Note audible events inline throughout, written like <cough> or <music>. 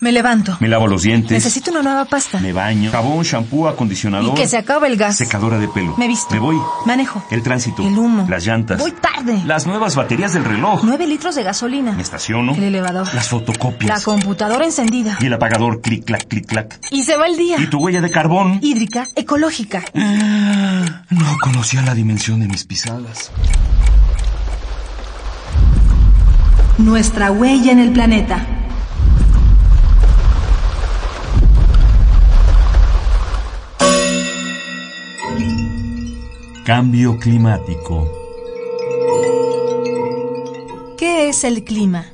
Me levanto. Me lavo los dientes. Necesito una nueva pasta. Me baño. Jabón, shampoo, acondicionador. Y que se acabe el gas. Secadora de pelo. Me visto. Me voy. Manejo. El tránsito. El humo. Las llantas. Voy tarde. Las nuevas baterías del reloj. Nueve litros de gasolina. Me estaciono. El elevador. Las La fotocopias. computadora encendida. y el apagador. Clic, clac, clic, clac. Y se va el día. Y tu huella de carbón. Hídrica, ecológica. No conocía la dimensión de mis pisadas. Nuestra huella en el planeta. Cambio climático. ¿Qué es el clima?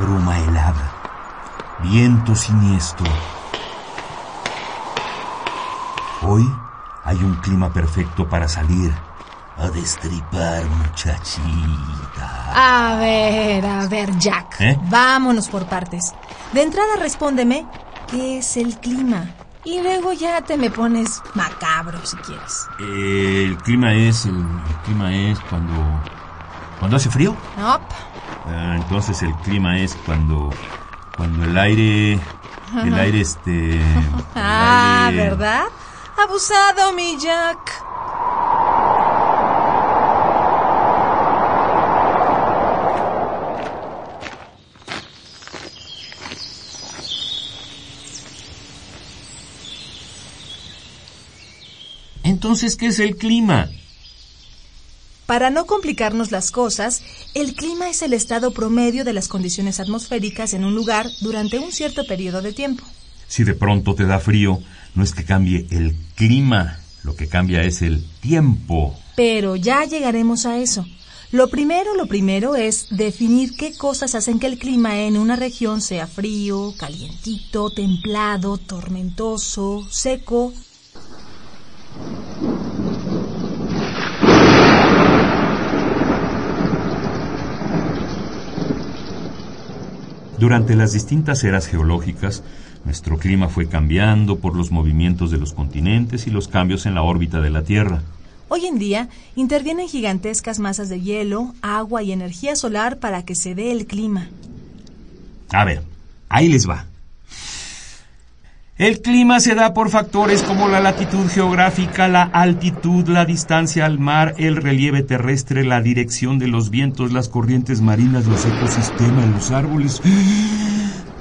Bruma helada. Viento siniestro. Hoy hay un clima perfecto para salir a destripar, muchachita. A ver, a ver, Jack. ¿Eh? Vámonos por partes. De entrada respóndeme, ¿qué es el clima? Y luego ya te me pones macabro si quieres. el clima es el, el clima es cuando cuando hace frío. Nope. Ah, entonces el clima es cuando cuando el aire el aire este el <laughs> Ah, aire- ¿verdad? Abusado, mi Jack. Entonces ¿qué es el clima? Para no complicarnos las cosas, el clima es el estado promedio de las condiciones atmosféricas en un lugar durante un cierto periodo de tiempo. Si de pronto te da frío, no es que cambie el clima, lo que cambia es el tiempo. Pero ya llegaremos a eso. Lo primero, lo primero es definir qué cosas hacen que el clima en una región sea frío, calientito, templado, tormentoso, seco. Durante las distintas eras geológicas, nuestro clima fue cambiando por los movimientos de los continentes y los cambios en la órbita de la Tierra. Hoy en día intervienen gigantescas masas de hielo, agua y energía solar para que se dé el clima. A ver, ahí les va. El clima se da por factores como la latitud geográfica, la altitud, la distancia al mar, el relieve terrestre, la dirección de los vientos, las corrientes marinas, los ecosistemas, los árboles.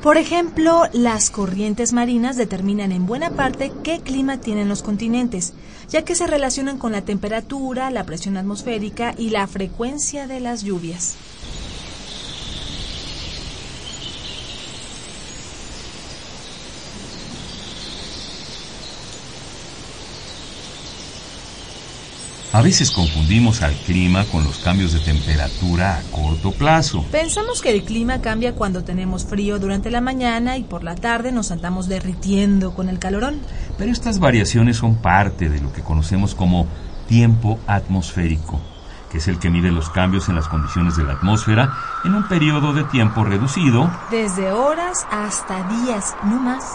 Por ejemplo, las corrientes marinas determinan en buena parte qué clima tienen los continentes, ya que se relacionan con la temperatura, la presión atmosférica y la frecuencia de las lluvias. A veces confundimos al clima con los cambios de temperatura a corto plazo. Pensamos que el clima cambia cuando tenemos frío durante la mañana y por la tarde nos andamos derritiendo con el calorón. Pero estas variaciones son parte de lo que conocemos como tiempo atmosférico, que es el que mide los cambios en las condiciones de la atmósfera en un periodo de tiempo reducido. Desde horas hasta días, no más.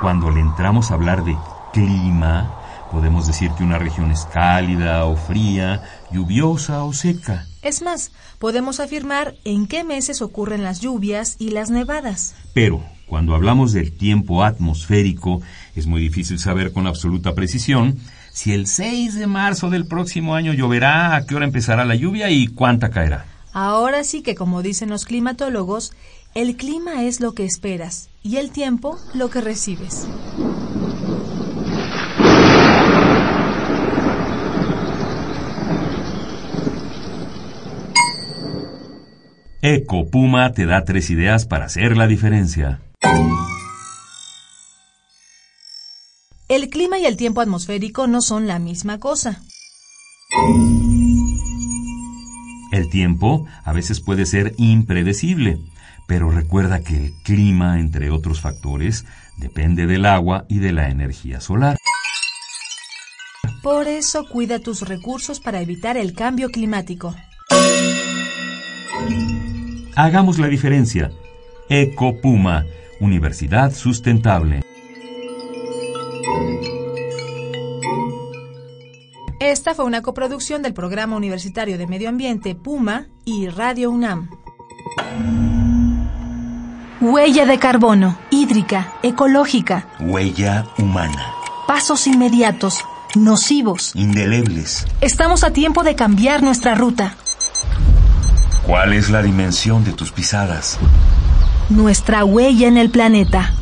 Cuando le entramos a hablar de clima, podemos decir que una región es cálida o fría, lluviosa o seca. Es más, podemos afirmar en qué meses ocurren las lluvias y las nevadas. Pero cuando hablamos del tiempo atmosférico, es muy difícil saber con absoluta precisión si el 6 de marzo del próximo año lloverá, a qué hora empezará la lluvia y cuánta caerá. Ahora sí que, como dicen los climatólogos, el clima es lo que esperas y el tiempo lo que recibes. Eco Puma te da tres ideas para hacer la diferencia. El clima y el tiempo atmosférico no son la misma cosa. El tiempo a veces puede ser impredecible, pero recuerda que el clima, entre otros factores, depende del agua y de la energía solar. Por eso cuida tus recursos para evitar el cambio climático. Hagamos la diferencia. Ecopuma, Universidad Sustentable. Esta fue una coproducción del Programa Universitario de Medio Ambiente Puma y Radio UNAM. Huella de carbono, hídrica, ecológica. Huella humana. Pasos inmediatos, nocivos. Indelebles. Estamos a tiempo de cambiar nuestra ruta. ¿Cuál es la dimensión de tus pisadas? Nuestra huella en el planeta.